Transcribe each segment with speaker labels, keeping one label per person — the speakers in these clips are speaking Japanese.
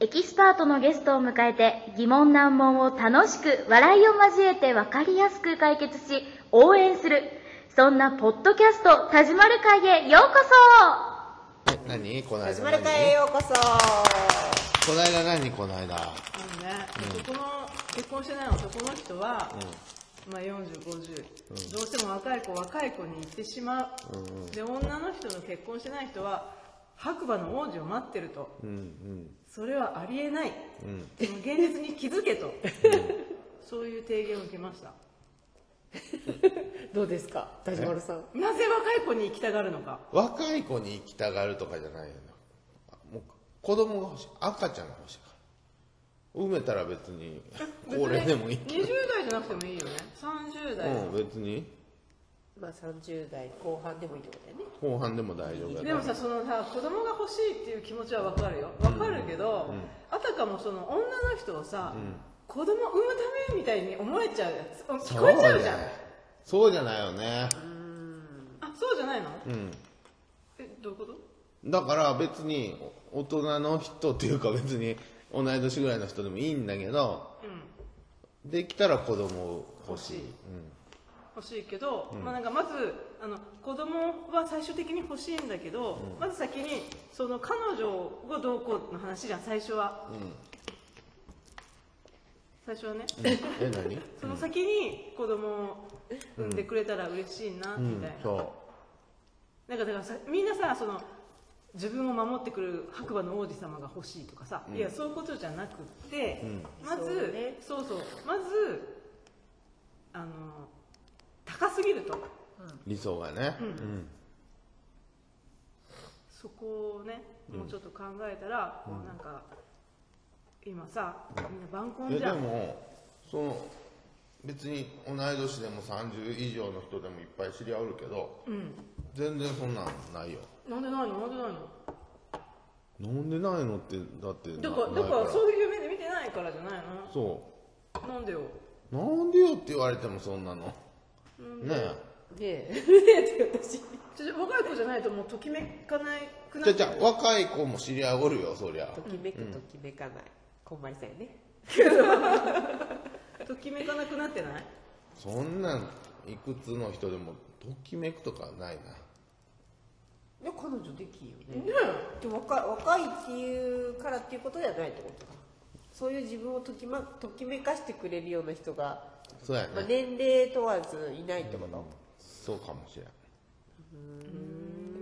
Speaker 1: エキスパートのゲストを迎えて疑問難問を楽しく笑いを交えて分かりやすく解決し応援するそんなポッドキャスト「田島る会」へようこ
Speaker 2: 何この間
Speaker 3: 始まる会
Speaker 2: 何
Speaker 3: へようこそ、
Speaker 2: この間何この間
Speaker 4: あのね、男の結婚してない男の人は、まあ4050、どうしても若い子若い子に行ってしまう、で女の人の結婚してない人は白馬の王子を待ってると、それはありえない、その現実に気づけと、そういう提言を受けました
Speaker 3: どうですか田島さん
Speaker 4: なぜ若い子に行きたがるのか
Speaker 2: 若い子に行きたがるとかじゃないよなもう子供が欲しい赤ちゃんが欲しいから埋めたら別 に高齢でもいいけ
Speaker 4: 20代じゃなくてもいいよね30
Speaker 2: ど
Speaker 4: 代、
Speaker 2: うん別に
Speaker 3: まあ30代後半でもいいってことだよね
Speaker 2: 後半でも大丈夫
Speaker 4: で
Speaker 2: だ
Speaker 4: もさそのさ子供が欲しいっていう気持ちはわかるよわかるけど、あたかもその女の人をさ、子供産むためみたいに思えちゃうやつあ聞こえちゃうじゃん
Speaker 2: そうじゃないよね
Speaker 4: あそうじゃないの、
Speaker 2: ん
Speaker 4: えどういうこと
Speaker 2: だから別にお大人の人っていうか別に同い年ぐらいの人でもいいんだけど
Speaker 4: うん
Speaker 2: できたら子供欲しい
Speaker 4: 欲しい欲しいけど、まあ、なんかまずあの子供は最終的に欲しいんだけど、まず先にその彼女がどうこうの話じゃん最初は、最初はね、
Speaker 2: うん、え何
Speaker 4: その先に子供を産んでくれたら嬉しいな、
Speaker 2: う
Speaker 4: み
Speaker 2: ん
Speaker 4: たいな、
Speaker 2: そ
Speaker 4: なんかだからさみんなさその自分を守ってくれる白馬の王子様が欲しいとかさ、いやそういうことじゃなくって、まず
Speaker 3: そうね
Speaker 4: そう,、そうまずあの高すぎると
Speaker 2: う理想がねうん
Speaker 4: そこをねもうちょっと考えたら、こうなんか今さみんな晩
Speaker 2: い
Speaker 4: 婚じ
Speaker 2: や
Speaker 4: ゃ
Speaker 2: で
Speaker 4: ん
Speaker 2: もその別に同い年でも30以上の人でもいっぱい知り合うけど
Speaker 4: うん
Speaker 2: 全然そんなんないよ
Speaker 4: なんでないのなんでないの
Speaker 2: なんでないのってだってな
Speaker 4: だから
Speaker 2: ない
Speaker 4: だからそういう目で見てないからじゃない
Speaker 2: そ
Speaker 4: のなんでよ
Speaker 2: うなんでよって言われてもそんなのねえ
Speaker 3: ねえねえって私
Speaker 4: ちょちょ若い子じゃないともうときめかないくな
Speaker 2: じ
Speaker 4: っ
Speaker 2: ゃ
Speaker 4: ち
Speaker 2: じ
Speaker 4: ゃ
Speaker 2: ゃ若い子も知り合いおるよそりゃ
Speaker 3: ときめくときめかない、こんまりさんやね
Speaker 4: うときめかなくなってない
Speaker 2: そんなんいくつの人でもときめくとかないな
Speaker 3: で彼女できんよねで若い若いっていうからっていうことではないってことかそういう自分をとき,、ま、ときめかしてくれるような人が、
Speaker 2: そうや
Speaker 3: まあ、
Speaker 2: ね
Speaker 3: 年齢問わずいないってこと、
Speaker 2: そうかもしれん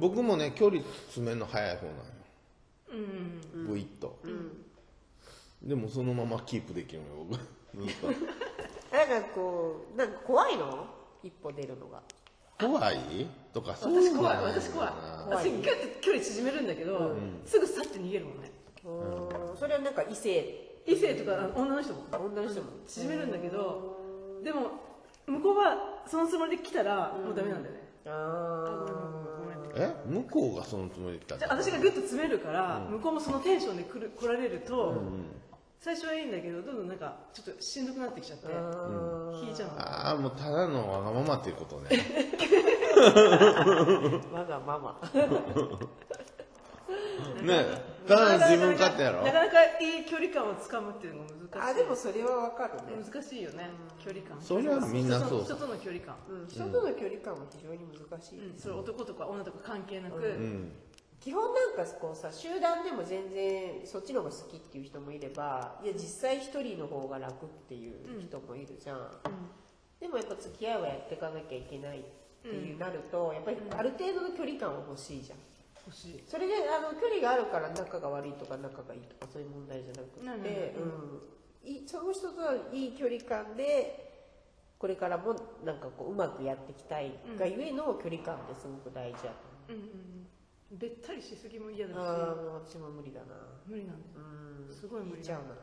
Speaker 2: 僕もね距離詰めるの早い方なのよ
Speaker 4: うん
Speaker 2: ブイッと、でもそのままキープできるのよ 僕ずっ
Speaker 3: なんかこうなんか怖いの一歩出るのが
Speaker 2: と怖いとかそう
Speaker 4: 私怖い
Speaker 2: なんだな
Speaker 4: 私怖い
Speaker 3: 怖
Speaker 4: 私
Speaker 3: い
Speaker 4: ギュッて距離縮めるんだけど、すぐ去って逃げるもんね
Speaker 3: うーんそれはなんか異性
Speaker 4: 異性とか女の人も
Speaker 3: 女の人も
Speaker 4: 縮めるんだけどでも向こうはそのつもりで来たらもうダメなんだよね、
Speaker 3: あ
Speaker 4: ごめん
Speaker 2: え向こうがそのつもりで来たん
Speaker 4: じ
Speaker 2: だ
Speaker 4: ゃあ私がグッと詰めるから、向こうもそのテンションで来る来られると、最初はいいんだけどどんどんなんかちょっとしんどくなってきちゃって引いちゃうの
Speaker 2: ああもうただのわがままっていうこと ね
Speaker 3: あわがまま
Speaker 2: ねただの自分勝手やろ
Speaker 4: なかなかいい距離感をつかむっていうのが難しい
Speaker 3: あでもそれはわかるね、
Speaker 4: 難しいよね距離感
Speaker 2: それはみんなそう
Speaker 4: 人との人との距離感、
Speaker 3: うん、人との距離感は非常に難しい、
Speaker 4: うんそれ男とか女とか関係なく、
Speaker 2: うん
Speaker 3: 基本なんかこうさ集団でも全然そっちの方が好きっていう人もいればいや実際一人の方が楽っていう人もいるじゃん、でもやっぱ付き合いはやっていかなきゃいけないっていうなると、やっぱりある程度の距離感は欲しいじゃん
Speaker 4: 欲しい
Speaker 3: それであの距離があるから仲が悪いとか仲がいいとかそういう問題じゃなくて、
Speaker 4: ないないない
Speaker 3: うん、いいその人とはいい距離感でこれからもなんかこううまくやっていきたいがゆえの距離感ってすごく大事や
Speaker 4: うんうんうんべったりしすぎも嫌だ
Speaker 3: と
Speaker 4: し
Speaker 3: 思う、ああもう私も無理だな
Speaker 4: 無理なんだよ
Speaker 3: うん
Speaker 4: すごい無理
Speaker 3: 見ちゃうな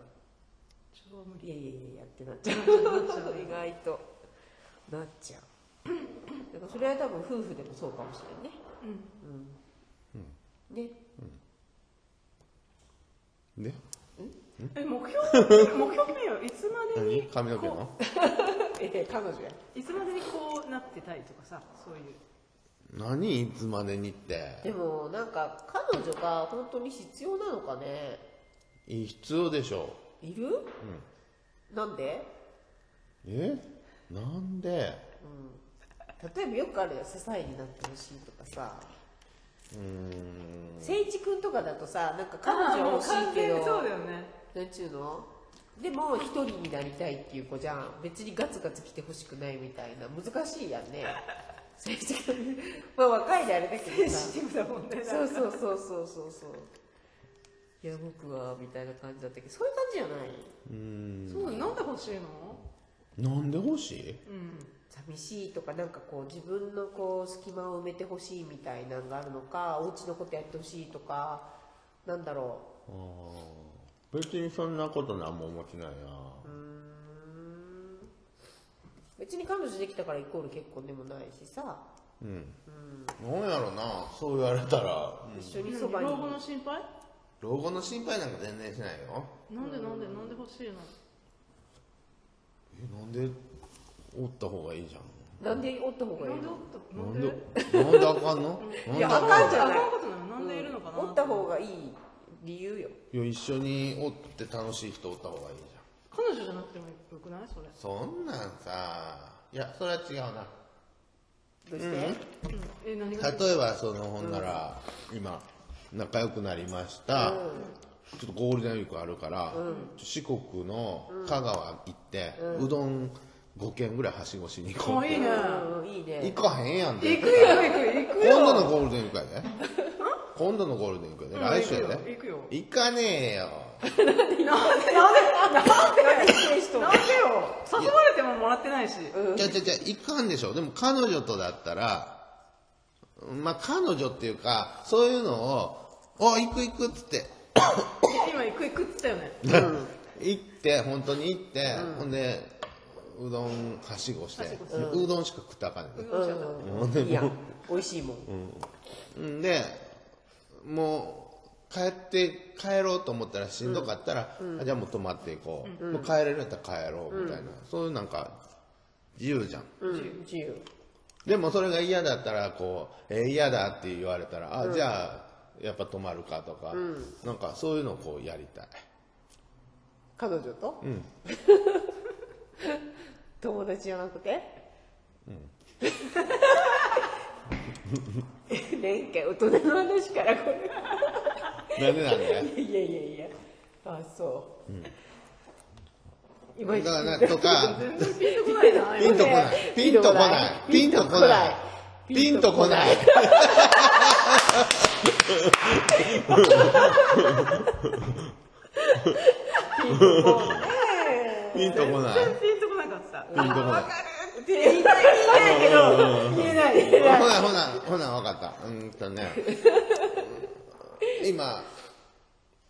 Speaker 4: 超無
Speaker 3: い
Speaker 4: 理
Speaker 3: やいやいやってなっちゃう意外となっちゃうだからそれは多分夫婦でもそうかもしれないね
Speaker 4: うん
Speaker 3: うんね
Speaker 2: で
Speaker 4: え目標 目標決めよういつまで
Speaker 2: 何
Speaker 4: に
Speaker 2: 髪の毛
Speaker 4: こ
Speaker 2: の
Speaker 3: え彼女や
Speaker 4: ういつまでにこうなってたいとかさそういう
Speaker 2: 何いつまでにって
Speaker 3: でもなんか彼女が本当に必要なのかね
Speaker 2: 必要でしょ
Speaker 3: いる、なんで
Speaker 2: うえなんで
Speaker 3: 例えばよくあるよ支えになってほしいとかさ誠一君とかだとさなんか彼
Speaker 4: あ
Speaker 3: 女
Speaker 4: も
Speaker 3: は
Speaker 4: う
Speaker 3: 欲しい
Speaker 4: 完
Speaker 3: け
Speaker 4: 全
Speaker 3: ど
Speaker 4: にそうだよ ね
Speaker 3: なんちゅうのでも一人になりたいっていう子じゃん別にガツガツ来てほしくないみたいな難しいやん ね誠一君まあ若いであれだけどさ
Speaker 4: センシティブだもんね
Speaker 3: そうそうそうそうそうそういや僕はみたいな感じだったけどそういう感じじゃない
Speaker 4: そうなんで欲しいの
Speaker 2: なんで欲しい
Speaker 3: 寂しいとかなんかこう自分のこう隙間を埋めてほしいみたいなのがあるのかお家のことやってほしいとかなんだろ
Speaker 2: あー別にそんなことなんも思ってないな
Speaker 3: う別に彼女できたからイコール結婚でもないしさ
Speaker 2: うん、なんやろなそう言われたら
Speaker 3: 一緒にそばに
Speaker 4: 老後の心配
Speaker 2: 老後の心配なんか全然しないよ
Speaker 4: なんでなんでなんで欲しいの
Speaker 2: えなんでおった方がいいじゃん
Speaker 3: なんでおった方がいい
Speaker 4: なんでお
Speaker 3: の
Speaker 2: なで
Speaker 4: ったなんんで
Speaker 2: なんであかんのなん
Speaker 3: い
Speaker 2: で
Speaker 3: や
Speaker 2: あ
Speaker 3: あ
Speaker 2: かんの
Speaker 3: かんじゃ
Speaker 4: あ
Speaker 3: ない
Speaker 4: かんことなのなんでいるのかな
Speaker 3: おった方がいい理由よ
Speaker 2: いや一緒におって楽しい人おった方がいいじゃん
Speaker 4: 彼女じゃなくてもよくないそれ
Speaker 2: そんなんさいやそれは違うな
Speaker 3: どうして、
Speaker 4: うんえ何が
Speaker 2: 例えばそのほんなら、今仲良くなりました、ちょっとゴールデンウィークあるから、四国の香川行って、うどん5軒ぐらいはしごしに行こ
Speaker 4: も
Speaker 2: う
Speaker 4: ういいね
Speaker 3: うんいいね
Speaker 2: 行かへんやん
Speaker 4: 行
Speaker 2: て
Speaker 4: くよ行く行く
Speaker 2: 今
Speaker 4: よ
Speaker 2: 度のゴールデンウィークやで今度のゴールデンウィークやで、来週やで
Speaker 4: 行くよ
Speaker 2: 行かねえよ
Speaker 4: なんでなんでなんで
Speaker 3: なんで来てる人
Speaker 4: なんでよ誘われてももらってないし
Speaker 2: いやいやいや行かんでしょでも彼女とだったらまあ彼女っていうかそういうのを「お行く行く」っつって
Speaker 4: 今行く行くっつったよね
Speaker 2: 行って本当に行って、ほんでうどんはしごしてうどんしか食ったらあかんねん
Speaker 3: うんいいやん美味しいもん、
Speaker 2: うんでもう帰って帰ろうと思ったらしんどかったら、あじゃあもう泊まっていこう、もう帰れるんやったら帰ろうみたいな、そういうなんか自由じゃん
Speaker 3: うん、自由
Speaker 2: でもそれが嫌だったらこう、えー嫌だって言われたらあ、じゃあやっぱ泊まるかとか、なんかそういうのをこうやりたい
Speaker 3: 彼女と、
Speaker 2: ん
Speaker 3: 友達じゃなくて、 うん、なんか大人の話からこ
Speaker 2: なんでなん で
Speaker 3: れいやいやいやあそう、いまい
Speaker 2: だ
Speaker 3: ち
Speaker 2: からなと か
Speaker 4: ピンとこ ないな
Speaker 2: ピンとこないピンとこないピンとこないピンとこない
Speaker 3: ピンとこない
Speaker 2: ピンとこない
Speaker 4: 全然ピンとこなかった
Speaker 2: ピンとこない
Speaker 3: って言いたい言いたいけど言えない言えない
Speaker 2: ほなほなほなわかったうーんとね今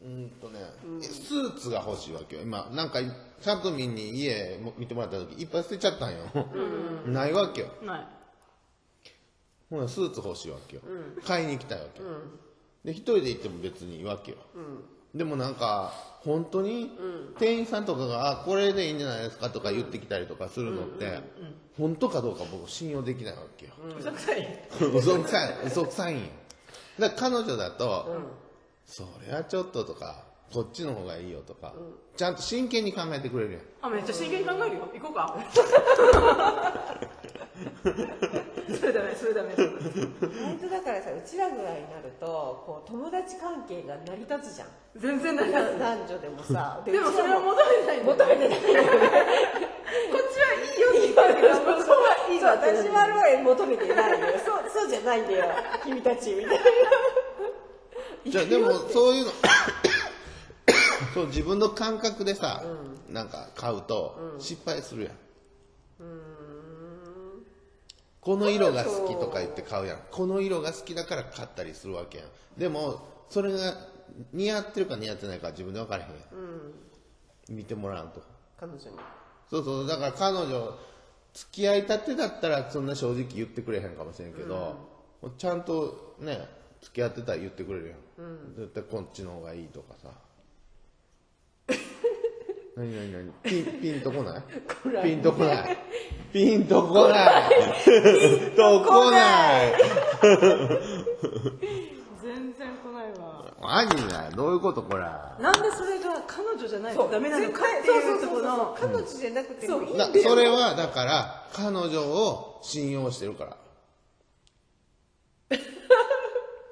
Speaker 2: うーんとねスーツが欲しいわけよ今なんかサクミンに家見てもらった時いっぱい捨てちゃったんよないわけよ
Speaker 4: ない
Speaker 2: ほなスーツ欲しいわけよ、買いに行きたいわけよ、で一人で行っても別にいいわけよ、でもなんか本当に店員さんとかが「あこれでいいんじゃないですか」とか言ってきたりとかするのって、本当かどうか僕信用できないわけよ、
Speaker 4: 嘘くさい
Speaker 2: 嘘くさい嘘くさいんよだから彼女だと、それはちょっととかこっちの方がいいよとか、ちゃんと真剣に考えてくれるやん
Speaker 4: あめっちゃ真剣に考えるよ行こうかそれダメそれダメ
Speaker 3: 本当だからさうちらぐらいになるとこう友達関係が成り立つじゃん
Speaker 4: 全然ダメ
Speaker 3: な男女でもさ
Speaker 4: でもそれは
Speaker 3: う
Speaker 4: 求めないんだよ
Speaker 3: ちら求めてないよね
Speaker 4: こっちはいいよって言われるから
Speaker 3: そうそう私はあれは求めてないよそうそうじゃないんだよ君たちみたいな
Speaker 2: じゃあでもそういうの そう自分の感覚でさ、なんか買うと失敗するやん、この色が好きとか言って買うやんこの色が好きだから買ったりするわけやんでもそれが似合ってるか似合ってないかは自分で分からへんやん、見てもらうと
Speaker 3: 彼女に
Speaker 2: そうそうだから彼女付き合いたてだったらそんな正直言ってくれへんかもしれんけど、もうちゃんとね付き合ってたら言ってくれるやん、絶対こっちの方がいいとかさ 何何何ピンピンとこないピンとこないピンとこないピンとこない
Speaker 4: 全然来ないわ
Speaker 2: 兄が、どういうことこら。
Speaker 4: なんでそれが彼女じゃないとダメなのかって
Speaker 3: そう
Speaker 4: いう
Speaker 3: そ
Speaker 4: とこ
Speaker 3: うそうそう
Speaker 4: の
Speaker 3: 彼女じゃなくてもいいんだ
Speaker 2: な
Speaker 3: よ
Speaker 2: それは、だから、彼女を信用してるから。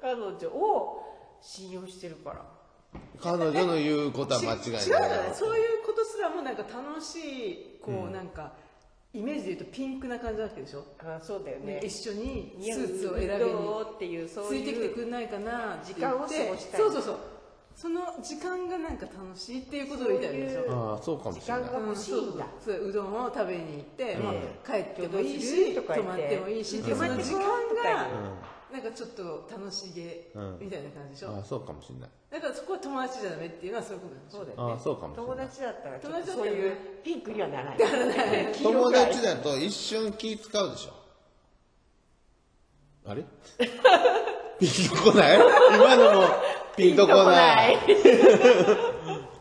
Speaker 3: 彼女を信用してるから
Speaker 2: 彼女の言うこと は間違いない。
Speaker 4: 違うじゃないそういうことすらもなんか楽しいこうなんかイメージで言うとピンクな感じなわけでしょ、
Speaker 3: あそうだよね
Speaker 4: 一緒にス
Speaker 3: 似合う
Speaker 4: ーツを選びに
Speaker 3: どうっていうそう
Speaker 4: つ
Speaker 3: いう
Speaker 4: いてきてくんないかなって言って
Speaker 3: 時間を過ごしたい
Speaker 4: そうそうそうその時間がなんか楽しいっていうことを言いたいんでしょ
Speaker 3: そういう
Speaker 2: ああ、そうかもしれない。
Speaker 3: 時間が欲しいんだ
Speaker 4: うそうそううどんを食べに行って、まあ、帰ってもいい
Speaker 3: 今日どうする
Speaker 4: し
Speaker 3: とか言
Speaker 4: 泊
Speaker 3: って
Speaker 4: まってもいいしっていう
Speaker 3: うん
Speaker 4: その時間
Speaker 3: 泊まってこ
Speaker 4: が
Speaker 3: う
Speaker 4: なんかちょっと楽しげ
Speaker 2: うん
Speaker 4: みたいな感じでしょ、
Speaker 2: ああ、そうかもしれない。
Speaker 4: だからそこは友達じゃダメっていうのはそういうことなんでしょ
Speaker 3: そうだ
Speaker 2: あ
Speaker 3: よ
Speaker 2: あ
Speaker 3: ね
Speaker 2: そうかもしれない
Speaker 3: 友達だったらちょっと
Speaker 4: 友達だったら
Speaker 3: そういうピンクにはなら ないね黄色
Speaker 2: 友
Speaker 3: が
Speaker 2: 達だと一瞬気使うでしょ。あれ ピンとこない今のもピンとこない。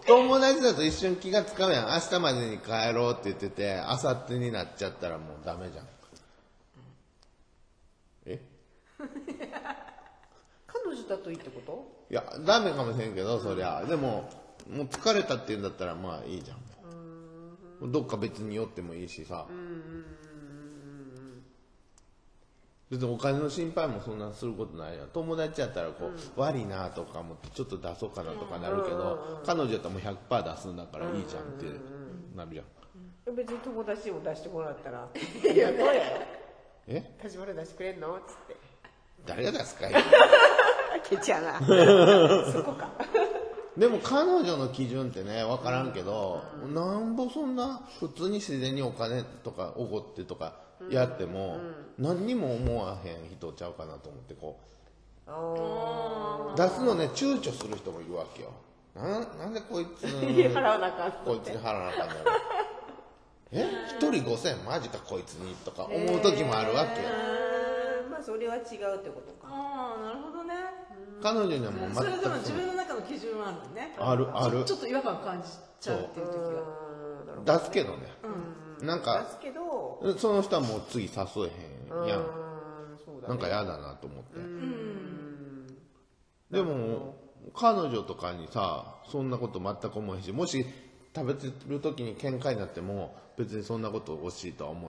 Speaker 2: 友達だと一瞬気がつかめやん。明日までに帰ろうって言ってて、明後日になっちゃったらもうダメじゃん。え
Speaker 3: 彼女だといいってこと
Speaker 2: いや、ダメかもしれんけど、そりゃ。でも、もう疲れたって言うんだったらまあいいじゃん。もうどっか別に酔ってもいいしさ。別にお金の心配もそんなすることないやん。友達やったらこう、悪いなとか思ってちょっと出そうかなとかなるけど、彼女やったらもう100%出すんだからいいじゃんってなるじゃん。
Speaker 3: 別に友達にも出してもらったら「いやどうや
Speaker 2: え
Speaker 3: 田島で出してくれんの?」っつって
Speaker 2: 誰が出すかい
Speaker 3: あケチやなそこか
Speaker 2: でも彼女の基準ってね分からんけど、なんぼそんな普通に自然にお金とかおごってとかやっても、何にも思わへん人ちゃうかなと思ってこ
Speaker 3: あ
Speaker 2: う出すのね躊躇する人もいるわけよなんなんでこいつ
Speaker 3: あ払わなあかん
Speaker 2: こいつに払わなあかんだろえ一人5000円マジかこいつにとか思う時もあるわけよ、
Speaker 3: あーまあそれは違うってことか
Speaker 4: ああなるほどね、
Speaker 2: 彼女にはもう
Speaker 4: そ
Speaker 2: 全
Speaker 4: れでも
Speaker 2: く
Speaker 4: 自分の中の基準はあるのね
Speaker 2: あるある
Speaker 4: ちょっと違和感を感じちゃうっていう時は
Speaker 3: うんなるほど
Speaker 2: 出すけどね、なん
Speaker 3: 出
Speaker 2: か
Speaker 3: すけど
Speaker 2: その人はもう次誘えへんやん
Speaker 3: うんそうだ
Speaker 2: なん
Speaker 3: ね
Speaker 2: か嫌だなと思って。でも、彼女とかにさ、そんなこと全く思えへんし、もし食べてる時に喧嘩になっても、別にそんなこと欲しいとは思う。